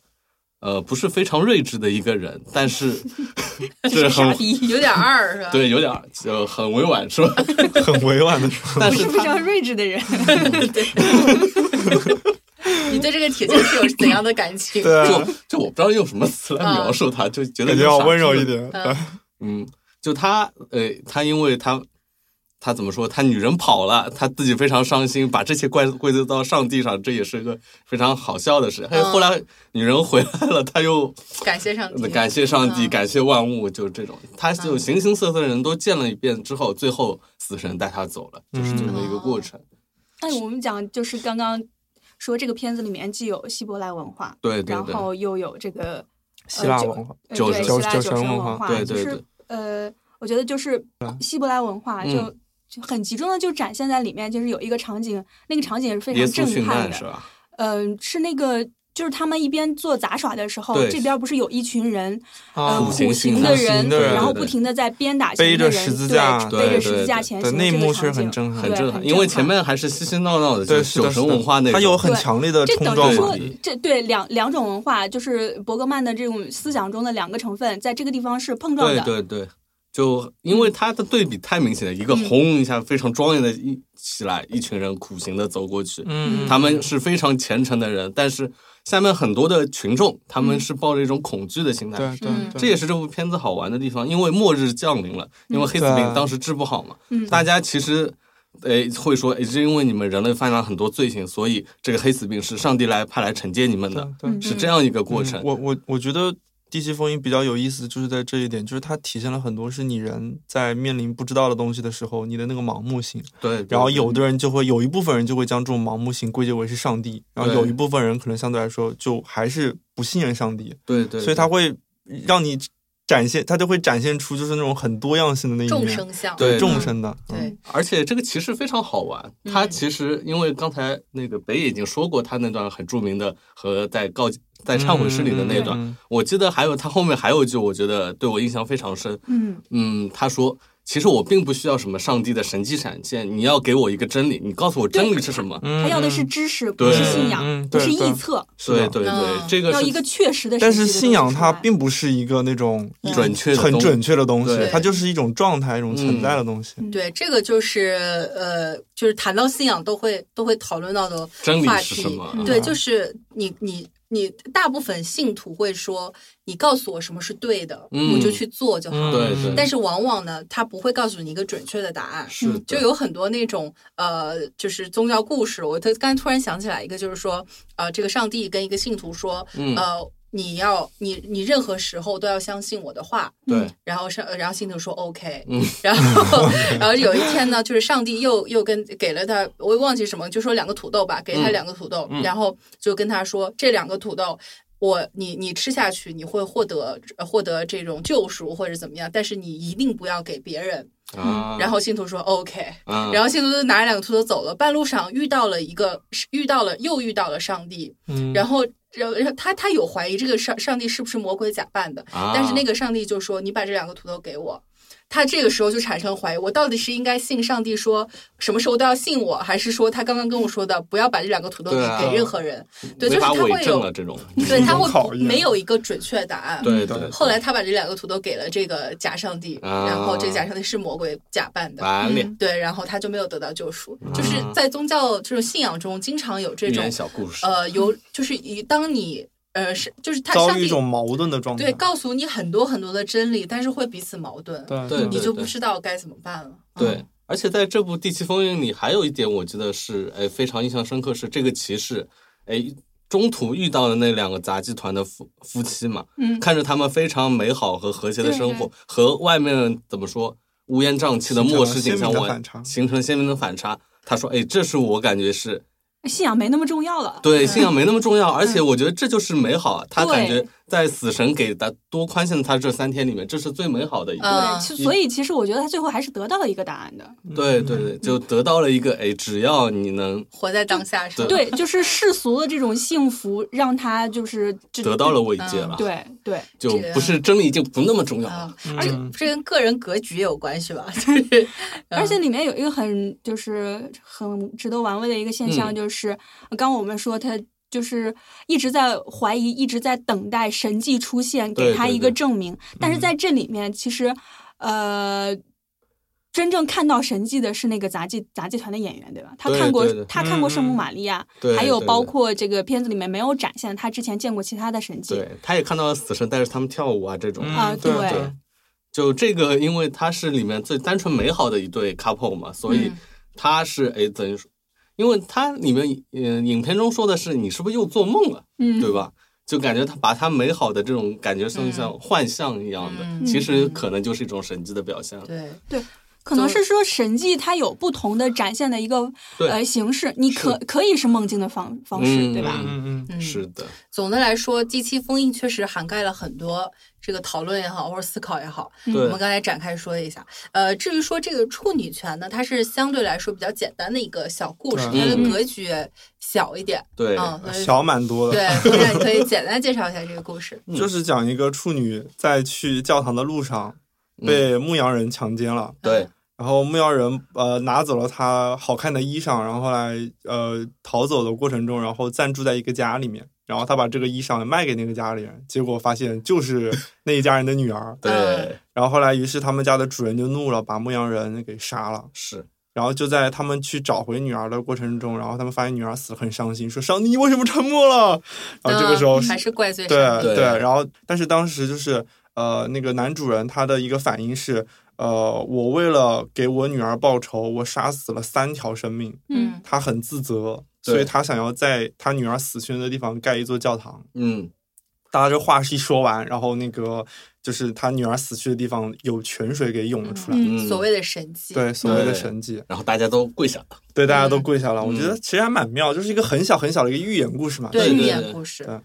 S4: 呃，不是非常睿智的一个人，但是 是
S2: 傻
S4: 很
S2: 逼，
S1: 有点二是吧？
S4: 对，有点儿呃很委婉 是吧？
S3: 很委婉 的说，
S4: 但
S2: 不
S4: 是
S2: 是非
S4: 他
S2: 常睿智的 人。
S1: 你对这个铁匠是有怎样的感情？
S4: 就
S3: 对，啊
S4: 就我不知道用什么词来描述他，就觉得
S3: 感觉
S4: 有
S3: 要
S4: 傻
S3: 温柔
S4: 逼
S3: 一点，
S4: 的
S1: 嗯
S4: 嗯，就他，呃，他因为他，他怎么说？他女人跑了，他自己非常伤心，把这些怪归责到上帝上，这也是个非常好笑的事。哎，后
S2: 嗯
S4: 来女人回来了，他又
S1: 感谢上帝，
S4: 感谢上帝，
S1: 嗯
S4: 感谢万物，就这种，他就
S2: 嗯
S4: 形形色色的人都见了一遍之后，最后死神带他走了，就是这么一
S2: 嗯
S4: 个过程。
S2: 哎，我们讲就是刚刚说这个片子里面既有希伯来文化，
S4: 对对
S2: 然
S4: 对，
S2: 后又有这个
S3: 希腊文化，
S2: 呃
S4: 酒
S2: 对
S4: 神
S2: 希腊酒
S3: 酒神
S2: 神
S3: 文
S2: 文
S3: 化
S2: 化，
S4: 对
S2: 就
S4: 对
S2: 是
S4: 对
S2: 呃，我觉得就是希伯来文化
S4: 嗯
S2: 就就很集中的就展现在里面，就是有一个场景，那个场景也是非
S4: 耶
S2: 常
S4: 稣
S2: 震
S4: 殉
S2: 撼
S4: 难是
S2: 的，
S4: 吧？
S2: 嗯，是那个。就是他们一边做杂耍的时候，
S4: 对
S2: 这边不是有一群人，
S1: 嗯
S2: 呃，
S3: 啊
S4: 苦，行
S2: 苦
S4: 刑
S2: 行
S4: 的
S2: 人，
S3: 对
S2: 然后
S4: 对
S2: 不停的在鞭打
S3: 背
S2: 前面的
S3: 着
S2: 人
S3: 十字架
S2: 对，背着
S4: 对
S2: 十字
S4: 对
S2: 架
S4: 对
S2: 前
S3: 对
S2: 行
S3: 那
S2: 这
S3: 一
S2: 个
S3: 幕是
S2: 场
S3: 很
S2: 景
S3: 震撼
S4: 很
S2: 对
S4: 震撼，因为前面还还是熙熙闹闹的，
S3: 对，
S4: 就是酒
S3: 的，
S4: 神
S3: 是的
S4: 文化那
S3: 它有
S4: 种。
S3: 很
S2: 对
S3: 强烈的
S2: 这
S3: 冲
S2: 等
S3: 撞
S2: 于
S3: 力，
S2: 说，这对两两种文化，就是伯格曼的这种思想中的两个成分，在这个地方是碰撞
S4: 对
S2: 的。
S4: 对对，就因为它的对比太明显了，一
S3: 嗯
S4: 个轰一下非常庄严的一起来，一群人苦行的走过去，
S3: 嗯，
S4: 他们是非常虔诚的人，但是下面很多的群众，他们是抱着一种恐惧的心
S3: 嗯
S4: 态。
S3: 对对
S1: 嗯
S3: 对，嗯
S4: 这也是这部片子好玩的地方，因为末日降临了，因为黑死病
S3: 对
S4: 当时治不好嘛，
S2: 嗯
S4: 大家其实，诶会说，诶是因为你们人类犯了很多罪行，所以这个黑死病是上帝来派来惩戒你们的，
S3: 对
S2: 嗯
S3: 对
S4: 是这样一个过程
S3: 嗯。我我我觉得《地气风云》比较有意思，就是在这一点，就是它体现了很多是你人在面临不知道的东西的时候，你的那个盲目性。
S4: 对，对
S3: 然后
S4: 对
S3: 有的人就会有一部分人就会将这种盲目性归结为是上帝，然后
S4: 对
S3: 有一部分人可能相对来说就还是不信任上帝，
S4: 对对，
S3: 所以他会让你展现，它就会展现出就是那种很多样性的那一面，
S1: 众生相，
S4: 啊对
S3: 很众生的，嗯
S1: 对，
S4: 而且这个骑士非常好玩，他
S1: 嗯
S4: 其实因为刚才那个北野已经说过他那段很著名的和在告在忏悔室里的那段，
S3: 嗯
S4: 我记得还有他后面还有一句，我觉得对我印象非常深。
S2: 嗯
S4: 嗯，他说其实我并不需要什么上帝的神迹闪现，你要给我一个真理，你告诉我真理是什么。
S3: 嗯
S2: 他要的是知识，不是
S4: 对
S2: 信
S3: 嗯
S2: 仰，
S3: 嗯
S2: 不是
S3: 对对
S2: 臆测，
S3: 是
S4: 对
S3: 的
S4: 对
S1: 嗯
S4: 对，这个
S2: 要
S4: 是
S2: 一个确实的神
S3: 但
S2: 迹的东
S3: 是
S2: 西出来。
S3: 信仰它并不是一个那种
S2: 嗯
S4: 准确的
S3: 很
S4: 东
S3: 准确的东
S4: 对
S3: 西，它就是一种状态，一种存在的东西。
S1: 对，这个就是呃，就是谈到信仰都会都会讨论到的
S4: 真理
S1: 话
S4: 是
S1: 题
S4: 什么啊
S1: 对，
S3: 嗯
S1: 就是你你你，大部分信徒会说，你告诉我什么是对的，
S4: 嗯
S1: 我就去做就好
S3: 嗯
S1: 了。
S4: 对对
S1: 但是往往呢，他不会告诉你一个准确的答案。
S4: 是的
S1: 嗯就有很多那种呃，就是宗教故事。我他刚才突然想起来一个，就是说，呃，这个上帝跟一个信徒说，
S4: 嗯
S1: 呃，你要你你任何时候都要相信我的话，
S4: 对
S1: 然后上，呃然后信徒说 OK，、
S4: 嗯
S1: 然后然后有一天呢，就是上帝又又跟给了他，我忘记什么，就说两个土豆吧，给他
S4: 嗯
S1: 两个土豆，
S4: 嗯
S1: 然后就跟他说这两个土豆。我你你吃下去，你会获得呃获得这种救赎或者怎么样，但是你一定不要给别人。
S4: 啊，
S1: 嗯然后信徒说 OK，
S4: 啊
S1: 然后信徒就拿着两个土豆走了，半路上遇到了一个遇到了又遇到了上帝，
S3: 嗯
S1: 然后然后然后他他有怀疑这个上上帝是不是魔鬼假扮的，
S4: 啊
S1: 但是那个上帝就说：“你把这两个土豆给我。”他这个时候就产生怀疑：我到底是应该信上帝说什么时候都要信我，还是说他刚刚跟我说的不要把这两个土豆
S4: 对啊
S1: 给任何人？对，就
S4: 没
S1: 是他
S4: 法
S1: 会
S4: 伪证
S1: 有
S4: 了，这种，
S1: 对他
S3: 考
S1: 会
S3: 验
S1: 没有一个准确答案。
S4: 对
S3: 对
S4: 对，
S1: 后来他把这两个土豆给了这个假上帝，
S4: 啊
S1: 然后这个假上帝是魔鬼假扮的。
S4: 完了
S2: 嗯
S1: 对，然后他就没有得到救赎，就是
S4: 啊
S1: 在宗教这种信仰中，经常有这
S4: 寓
S1: 种
S4: 言小故事，
S1: 呃，有就是以当你呃是就是他
S3: 遭
S1: 上
S3: 遇
S1: 帝
S3: 一种矛盾的状态。
S1: 对，告诉你很多很多的真理，但是会彼此矛盾，
S3: 对
S4: 对
S1: 你就不知道该怎么办了。啊
S2: 嗯
S4: 对，而且在这部《地奇风云》里，还有一点我记得是，哎，非常印象深刻是这个骑士，哎，中途遇到的那两个杂技团的夫夫妻嘛，
S2: 嗯
S4: 看着他们非常美好和和谐的生活
S2: 对，
S4: 和外面怎么说乌烟瘴气的末世景象
S3: 形成了鲜明的
S4: 完
S3: 反差
S4: 形成鲜明的反差。他说：“哎，这是我感觉是
S2: 信仰没那么重要了。
S4: 对信仰没那么重要，而且我觉得这就是美好啊。他感觉
S2: 嗯对
S4: 在死神给他多宽限了他这三天里面，这是最美好的一
S1: 嗯
S4: 个。
S2: 对，其所以其实我觉得他最后还是得到了一个答案的。
S4: 对对
S3: 嗯
S4: 对，就得到了一个哎，只要你能
S1: 活在当下是吧？
S2: 对，就是世俗的这种幸福，让他就是这
S4: 得到了慰藉了，
S2: 嗯对对，
S4: 就不是真理已经不那么重要了
S1: 啊。，这
S3: 嗯
S4: 嗯
S1: 这跟个人格局也有关系吧？ 就是，
S2: 而且里面有一个很就是很值得玩味的一个现象，
S4: 嗯
S2: 就是刚刚我们说他就是一直在怀疑，一直在等待神迹出现，
S4: 对
S2: 给他
S4: 对
S2: 一个
S4: 对嗯
S2: 证明。但是在这里面，其实呃。真正看到神迹的是那个杂技杂技团的演员，对吧？他
S4: 对
S2: 看过
S4: 对对
S2: 他看过圣母
S3: 嗯嗯
S2: 玛利亚，
S4: 对
S2: 还有
S4: 对
S2: 包
S4: 对
S2: 括这个片子里面没有展现他之前见过其他的神迹。
S4: 对，他也看到了死神带着他们跳舞啊，这种
S2: 啊
S3: 嗯对
S2: 对
S3: 对
S4: 就这个，因为他是里面最单纯美好的一对 couple 嘛，所以
S1: 嗯
S4: 他是哎等于说，因为他里面嗯影片中说的是你是不是又做梦了，
S2: 嗯，
S4: 对吧？就感觉他把他美好的这种感觉像像幻象一样
S1: 嗯
S4: 的，其实可能就是一种神迹的表现了。
S1: 对，
S2: 可能
S1: 就是
S2: 说神迹它有不同的展现的一个
S4: 对
S2: 呃形式，你可可以是梦境的方方式，
S4: 嗯
S2: 对吧？
S3: 嗯嗯
S1: 嗯，
S4: 是的，
S1: 总的来说，第七封印确实涵盖了很多这个讨论也好，或者思考也好，
S4: 对
S1: 我们刚才展开说一下。呃，至于说这个处女权呢，它是相对来说比较简单的一个小故事，
S4: 嗯
S1: 它的格局也小一点，
S4: 对，
S1: 嗯，所以
S3: 小蛮多的。
S1: 对，现在可以简单介绍一下这个故事。
S3: 就是讲一个处女在去教堂的路上
S4: 嗯
S3: 被牧羊人强奸了，
S4: 对，，
S3: 然后牧羊人呃拿走了她好看的衣裳，然后后来呃逃走的过程中，然后暂住在一个家里面，然后他把这个衣裳卖给那个家里人，结果发现就是那一家人的女儿
S4: 对
S1: 嗯，
S3: 然后后来于是他们家的主人就怒了，把牧羊人给杀了。
S4: 是，
S3: 然后就在他们去找回女儿的过程中，然后他们发现女儿死了，很伤心，说上帝你为什么沉默了？然啊后这个时候
S1: 嗯还是怪罪上
S3: 对
S1: 帝
S4: 对
S3: 然后但是当时就是呃，那个男主人他的一个反应是，呃，我为了给我女儿报仇，我杀死了三条生命，
S2: 嗯，
S3: 他很自责，
S4: 对
S3: 所以他想要在他女儿死去的地方盖一座教堂。
S4: 嗯，
S3: 大家这话是一说完，然后那个就是他女儿死去的地方有泉水给涌了出来，
S2: 嗯
S4: 嗯
S1: 所谓的神迹，
S3: 对所谓的
S4: 对
S3: 神迹，
S4: 然后大家都跪下了，
S3: 对大家都
S1: 嗯
S3: 跪下了。我觉得其实还蛮妙，就是一个很小很小的一个寓言故事嘛。
S4: 对
S1: 寓
S4: 对
S1: 言
S4: 对
S1: 故事
S3: 对。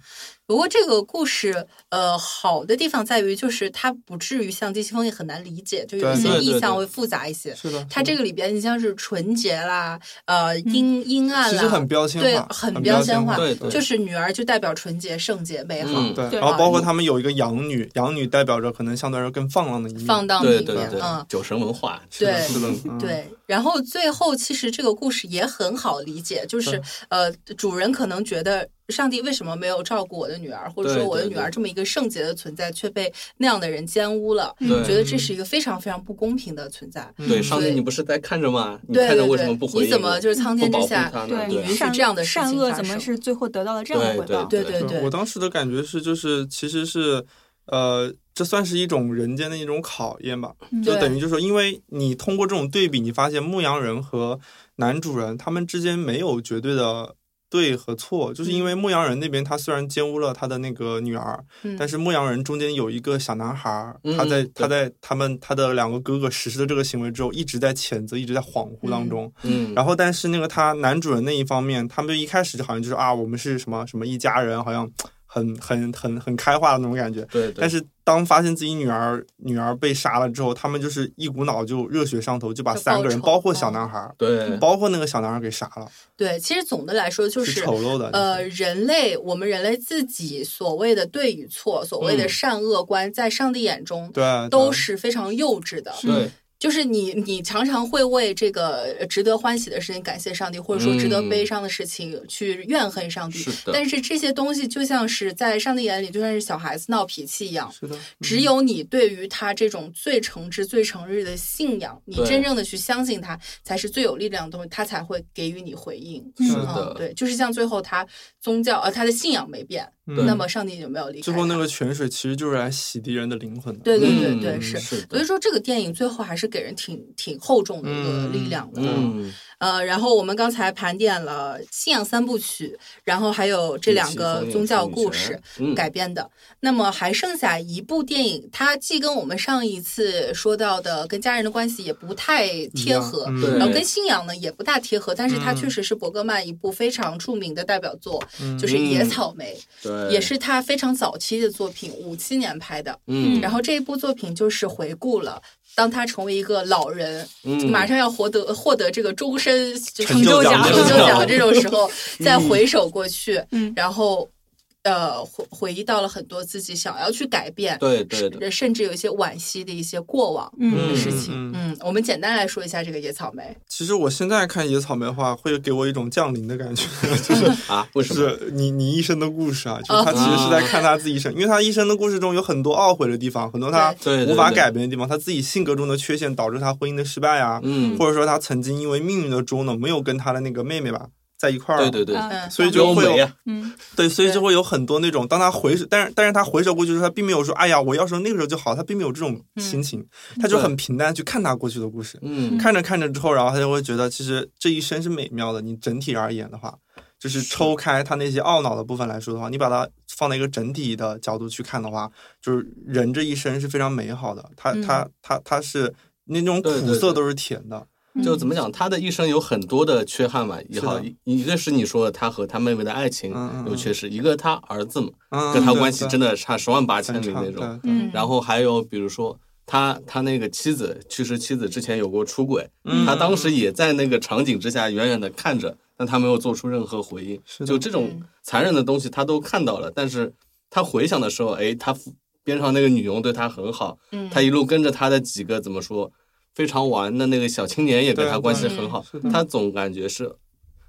S1: 不过这个故事，呃，好的地方在于就是它不至于像季清风也很难理解，就有
S3: 对
S1: 一些
S4: 对
S1: 意
S4: 对
S1: 象
S4: 对
S1: 会复杂一些。
S3: 是的，
S1: 它这
S3: 个
S1: 个里边，你像是纯洁啦，呃，
S4: 嗯
S1: 阴阴暗
S3: 其实很
S1: 啦，
S3: 标签
S1: 对
S3: 化，
S1: 很
S3: 标
S1: 标签
S3: 化，
S1: 化
S4: 对对
S1: 就是女儿就代表纯洁、圣洁、美好。
S4: 嗯
S3: 对，
S2: 对
S3: 然后
S1: 吧
S3: 包括他们有一个养女，养女代表着可能相对来说更放浪的一面，
S1: 放荡
S4: 对
S1: 里
S4: 对
S1: 面，
S4: 对
S1: 嗯，，
S4: 酒神文化，
S3: 是的
S1: 对
S3: 是的，嗯，
S1: 对，然后最后其实这个故事也很好理解，就是呃，主人可能觉得上帝为什么没有照顾我的女儿，或者
S4: 对
S1: 说我的
S4: 对
S1: 女
S4: 对
S1: 儿这么一个圣洁的存在却被那样的人奸污了，
S2: 嗯
S4: 对
S1: 觉得这是一个非常非常不公平的存在。
S3: 嗯
S4: 对，上帝
S1: 对
S4: 你不是在看着吗？你
S1: 对
S4: 看着
S1: 对
S4: 为什
S1: 对
S4: 么不，回
S1: 你
S4: 应
S1: 怎么
S4: 我
S1: 就是苍天
S4: 不
S1: 之
S4: 保护
S1: 下，
S4: 他呢？
S2: 对，
S1: 你允许
S2: 善
S1: 这样的事
S2: 善
S1: 情
S2: 恶
S1: 发
S2: 怎么
S1: 生
S2: 是最后得到了这样的
S4: 对
S2: 回报？
S1: 对对对
S3: 我当时的感觉是，就是其实是，呃，这算是一种人间的一种考验吧，
S2: 嗯
S3: 就
S1: 对
S3: 等于就是说，因为你通过这种对比，你发现牧羊人和男主人他们之间没有绝对的。对和错，就是
S4: 嗯
S3: 因为牧羊人那边他虽然奸污了他的那个女儿，
S1: 嗯
S3: 但是牧羊人中间有一个小男孩儿，
S4: 嗯
S3: 他在
S4: 对
S3: 他在他们他的两个哥哥实施的这个行为之后，一直在谴责，一直在恍惚当中。
S4: 嗯，
S3: 然后，但是那个他男主人那一方面，他们就一开始就好像就是啊，我们是什么什么一家人，好像很很很很开化的那种感觉。
S4: 对对，
S3: 但是当发现自己女儿女儿被杀了之后，他们就是一股脑就热血上头，就把
S1: 就
S3: 三
S1: 报
S3: 个人，
S1: 仇
S3: 包括小男孩儿，
S4: 对
S3: 包括那个小男孩儿给杀了，
S1: 对，其实总的来说就是是。
S3: 丑陋的。
S1: 呃，，人类，我们人类自己所谓的对与错，所谓的
S4: 嗯
S1: 善恶观，在上帝眼中
S3: 对，啊
S1: 都
S3: 对
S1: 是非常幼稚的。
S4: 对
S3: 嗯
S1: 就是你，你常常会为这个呃值得欢喜的事情感谢上帝，或者说值得
S4: 嗯
S1: 悲伤的事情去怨恨上帝。
S4: 是的
S1: 但是这些东西就像是在上帝眼里，就像是小孩子闹脾气一样。
S3: 是的，
S4: 嗯
S1: 只有你对于他这种最诚挚、最诚挚的信仰，你
S4: 对
S1: 真正的去相信他，才是最有力量的东西，他才会给予你回应。
S4: 是
S1: 嗯，
S4: 的
S1: 对，就是像最后他宗教呃他的信仰没变，
S3: 嗯
S1: 那么上帝就没有离开他。
S3: 最后那个泉水其实就是来洗涤人的灵魂的。
S1: 对对对
S4: 嗯
S1: 对、是。
S4: 是
S1: 所以
S4: 的，
S1: 说，这个电影最后还是给人挺挺厚重的一个力量的。
S4: 嗯，
S1: 呃，然后我们刚才盘点了信仰三部曲，然后还有这两个宗教故事
S4: 嗯
S1: 改编的。那么还剩下一部电影，它既跟我们上一次说到的跟家人的关系也不太贴合。
S3: 嗯
S4: 对
S1: 然后跟信仰呢也不大贴合，但是它
S3: 嗯
S1: 确实是伯格曼一部非常著名的代表作，
S3: 嗯
S1: 就是《野草莓》，
S4: 对
S1: 也是他非常早期的作品，五七年拍的。
S4: 嗯，
S1: 然后这一部作品就是回顾了，当他成为一个老人，
S4: 嗯
S1: 马上要获得获得这个终身就
S3: 成就奖
S1: 成就
S3: 成就
S1: 奖
S3: 奖
S1: 这种时候，再回首过去，
S2: 嗯
S1: 然后呃回回忆到了很多自己想要去改变，
S4: 对对
S1: 甚
S4: 对，
S1: 甚至有一些惋惜的一些过往的
S2: 嗯
S4: 嗯
S1: 事情。
S3: 嗯
S1: 嗯，我们简单来说一下这个野草莓，
S3: 其实我现在看野草莓的话，会给我一种降临的 感觉，
S1: 嗯
S4: 啊，为什
S3: 就
S4: 么？
S3: 是你你一生的故事啊，
S1: 哦
S3: 就是他其实是
S4: 哦
S3: 在看他自己一生，因为他一生的故事中有很多懊悔的地方，很多他
S4: 对对对
S3: 无法改变的地方，他自己性格中的缺陷导致他婚姻的失败啊，
S4: 嗯，
S3: 或者说他曾经因为命运的捉弄，没有跟他的那个妹妹吧在一块儿，
S4: 对对对，
S2: 嗯，
S3: 所以
S2: 这样
S3: 就会
S4: 美啊
S3: 有
S4: 呀，
S2: 嗯
S3: 对，所以就
S1: 对
S3: 会有很多那种，当他回首，但是但是他回首过去的时候，他并没有说，哎呀，我要是那个时候就好，他并没有这种心情，他就很平淡去看他过去的故事，
S4: 嗯，
S3: 看着看着之后，然后他就会觉得，其实这一生是美妙的。你整体而言的话，就是抽开他那些懊恼的部分来说的话，你把它放在一个整体的角度去看的话，就是人这一生是非常美好的。他他他他是那种
S4: 对对
S3: 苦涩
S4: 对
S3: 都是甜的，
S4: 嗯
S2: 嗯
S4: 就怎么讲，他的一生有很多的缺憾嘛，也好，
S3: 是
S4: 一一个是你说的他和他妹妹的爱情
S3: 嗯嗯嗯
S4: 有缺失，一个他儿子嘛，
S3: 嗯，
S4: 跟他
S3: 对
S4: 关系
S3: 对
S4: 真的差十万八千
S3: 很
S4: 里
S3: 长
S4: 那种。
S3: 对对
S2: 嗯
S4: 然后还有比如说他他那个妻子去世，妻子之前有过出轨，
S3: 嗯
S4: 他当时也在那个场景之下远远的看着，但他没有做出任何回应。
S3: 是的
S4: 就这种残忍的东西他都看到了，但是他回想的时候，哎，他边上那个女佣对他很好，
S1: 嗯，
S4: 他一路跟着他的几个怎么说非常玩的那个小青年也跟
S3: 对
S4: 他关系
S1: 对
S4: 很好
S3: 是的，
S4: 他总感觉是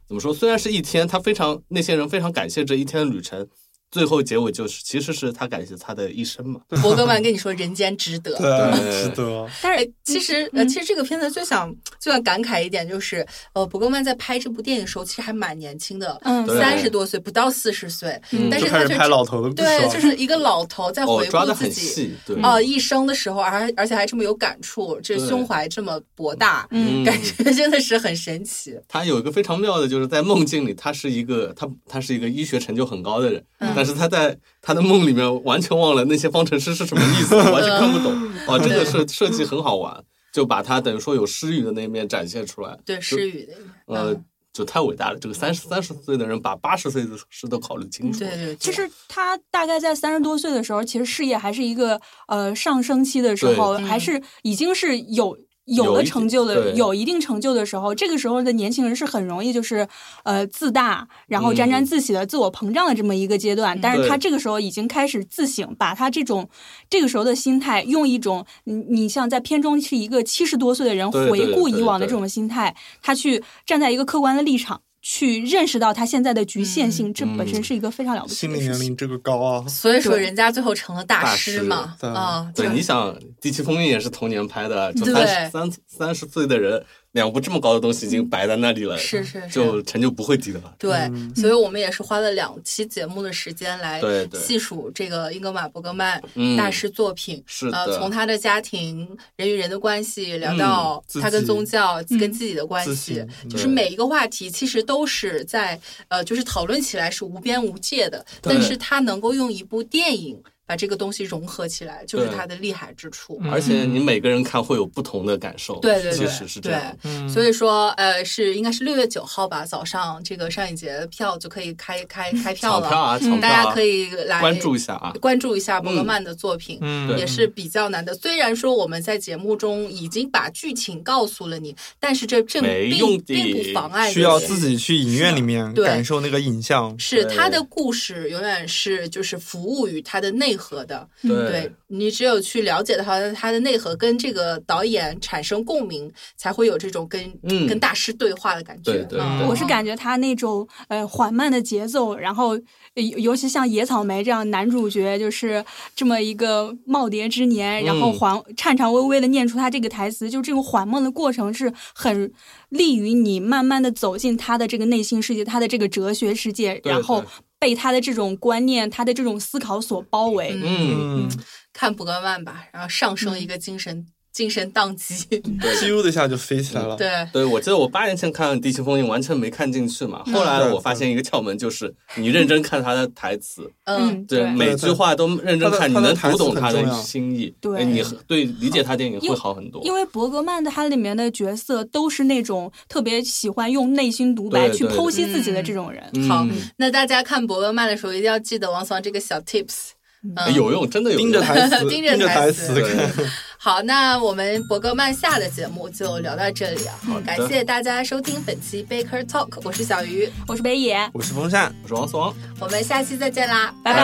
S4: 怎么说？虽然是一天，他非常那些人非常感谢这一天的旅程，最后结尾就是其实是他感谢他的一生嘛。
S1: 伯格曼跟你说人间值 得，
S3: 对，
S4: 对
S3: 值得。
S2: 但
S1: 哎
S2: 是，嗯
S1: 其实呃，其实这个片子最想最想感慨一点就是，呃，伯格曼在拍这部电影的时候，其实还蛮年轻的，
S2: 嗯
S4: 对
S1: 三十多岁不到四十岁，
S4: 嗯
S1: 但
S3: 就是开
S1: 他
S3: 始
S1: 却
S3: 拍老头的故事
S1: 对，
S3: 了，
S1: 就是一个老头在
S4: 哦
S1: 回，
S4: 抓
S1: 顾
S4: 的
S1: 自
S4: 很
S1: 己
S4: 细，
S2: 嗯
S4: 对，
S1: 啊、一生的时候，而而且还这么有感触，这
S4: 对
S1: 胸怀这么博大，
S2: 嗯
S4: 嗯
S1: 感觉真的是很神奇。
S4: 他有一个非常妙的，就是在梦境里，他是一个他他是一个医学成就很高的人，
S1: 嗯
S4: 但但是他在他的梦里面完全忘了那些方程式是什么意 思，完全看不懂。哦，这个设设计很好玩，就把他等于说有诗语的那一面展现出来。
S1: 对诗语的，
S4: 呃
S1: 嗯，
S4: 就太伟大了。这个三十三十岁的人把八十岁的事都考虑清楚
S1: 对，对，
S2: 其实他大概在三十多岁的时候，其实事业还是一个呃上升期的时候，
S1: 对嗯
S2: 还是已经是有。有
S4: 有
S2: 了
S4: 一
S2: 成就的，
S4: 对
S2: 有一定成就的时候，这个时候的年轻人是很容易就是，呃，自大，然后沾沾自喜的、自我膨胀的这么一个阶段。但是
S4: 嗯对
S2: 他这个时候已经开始自省，把他这种这个时候的心态，用一种你你像在片中是一个七十多岁的人
S4: 对对
S2: 回顾以
S4: 对
S2: 往的
S4: 对
S2: 这种心态，他去站在一个客观的立场。去认识到他现在的局限性，这本身
S4: 嗯
S2: 是一个非常了不起
S3: 心
S2: 的
S3: 理
S2: 事
S3: 年
S2: 情。
S3: 龄这个高啊，
S1: 所以说
S2: 对
S1: 人家最后成了大
S4: 大
S1: 师
S4: 师
S1: 嘛，
S3: 对
S1: 啊，
S4: 对，
S1: 就
S4: 你想《第七封印》也是同年拍的，就
S1: 对嗯
S4: 三十三三十岁的人，两部这么高的东西已经摆在那里了，
S1: 是是是
S4: 就成就不会低的了。
S1: 对，
S3: 嗯
S1: 所以我们也是花了两期节目的时间来
S4: 对对
S1: 细数这个英格玛·伯格曼
S4: 嗯
S1: 大师作品。
S4: 是的嗯
S1: 呃，从他的家庭、人与人的关系，聊到
S3: 自
S1: 他跟
S3: 己
S1: 宗教、
S2: 嗯
S1: 跟自己的关
S3: 自
S1: 系
S3: 信，
S1: 就是
S4: 对
S1: 每一个话题其实都是在呃，就是讨论起来是无边无界的，但
S4: 对
S1: 是他能够用一部电影把这个东西融合起来，就是
S4: 对
S1: 他的厉害之处。
S3: 嗯
S4: 而且你每个人看会有不同的感受，
S1: 对对对，
S4: 确实是这样。
S1: 对
S3: 嗯
S1: 所以说，呃，是应该是六月九号吧，早上这个上影节的票就可以开开开票
S4: 抢
S1: 了，
S4: 票啊，抢票啊！
S1: 嗯大家可以来
S4: 关注一下啊。
S1: 关注一下伯格曼的作品。
S3: 嗯
S4: 对
S1: 也是比较难的，虽然说我们在节目中已经把剧情告诉了你，但是这这
S4: 没
S1: 并
S4: 用的
S1: 并不妨碍
S3: 需要
S1: 你
S3: 自己去影院里面
S1: 对
S3: 感受那个影像，
S1: 是
S4: 对
S1: 他的故事永远是就是服务于他的内核的，嗯对你只有去了解他他的内核，跟这个导演产生共鸣，才会有这种跟、
S4: 嗯
S1: 跟大师对话的感觉。
S4: 对对
S1: 嗯
S4: 对
S2: 我是感觉他那种呃缓慢的节奏，然后呃尤尤其像野草莓这样男主角就是这么一个耄耋之年，然后
S4: 嗯
S2: 缓颤颤巍巍的念出他这个台词，就这种缓慢的过程是很利于你慢慢的走进他的这个内心世界，他的这个哲学世界，
S4: 对
S2: 然后
S4: 对
S2: 被他的这种观念、他的这种思考所包围。
S4: 嗯，
S3: 嗯，
S1: 看伯格曼吧，然后上
S2: 嗯
S1: 升一个精神、精神档级。
S4: 嗯
S3: 咻的一下就飞起来了，
S1: 对，
S4: 对，我记得我八年前看《地球风云》完全没看进去嘛，
S1: 嗯
S4: 后来我发现一个窍门，就是你认真看他的台词，
S1: 嗯，
S4: 对
S2: 对
S4: 每句话都认真看，你
S3: 他的
S4: 能
S3: 他的
S4: 读懂
S3: 台
S4: 他
S3: 词很重
S4: 的
S3: 要
S4: 心意，
S2: 对
S4: 哎你对理解他电影会好很多。
S2: 因为伯格曼他里面的角色都是那种特别喜欢用内心独白
S4: 对
S2: 去
S4: 对
S2: 剖
S4: 对
S2: 析自己的
S1: 嗯
S2: 这种人。
S4: 嗯
S1: 好那大家看伯格曼的时候，一定要记得王爽这个小 tips。嗯，
S4: 哎有用，真的有用。
S3: 盯着台词，
S1: 盯
S3: 盯
S1: 着
S3: 着
S1: 台
S3: 台
S1: 词
S3: 词
S4: 对
S3: 看。
S1: 好，那我们伯格曼下的节目就聊到这里啊。好，感
S4: 的
S1: 谢大家收听本期 Baker Talk，我是小鱼，
S2: 我是北野，
S3: 我是风扇。
S4: 我是王思王。
S1: 我们下期再见啦，
S2: 拜
S1: 拜
S4: 拜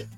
S1: 拜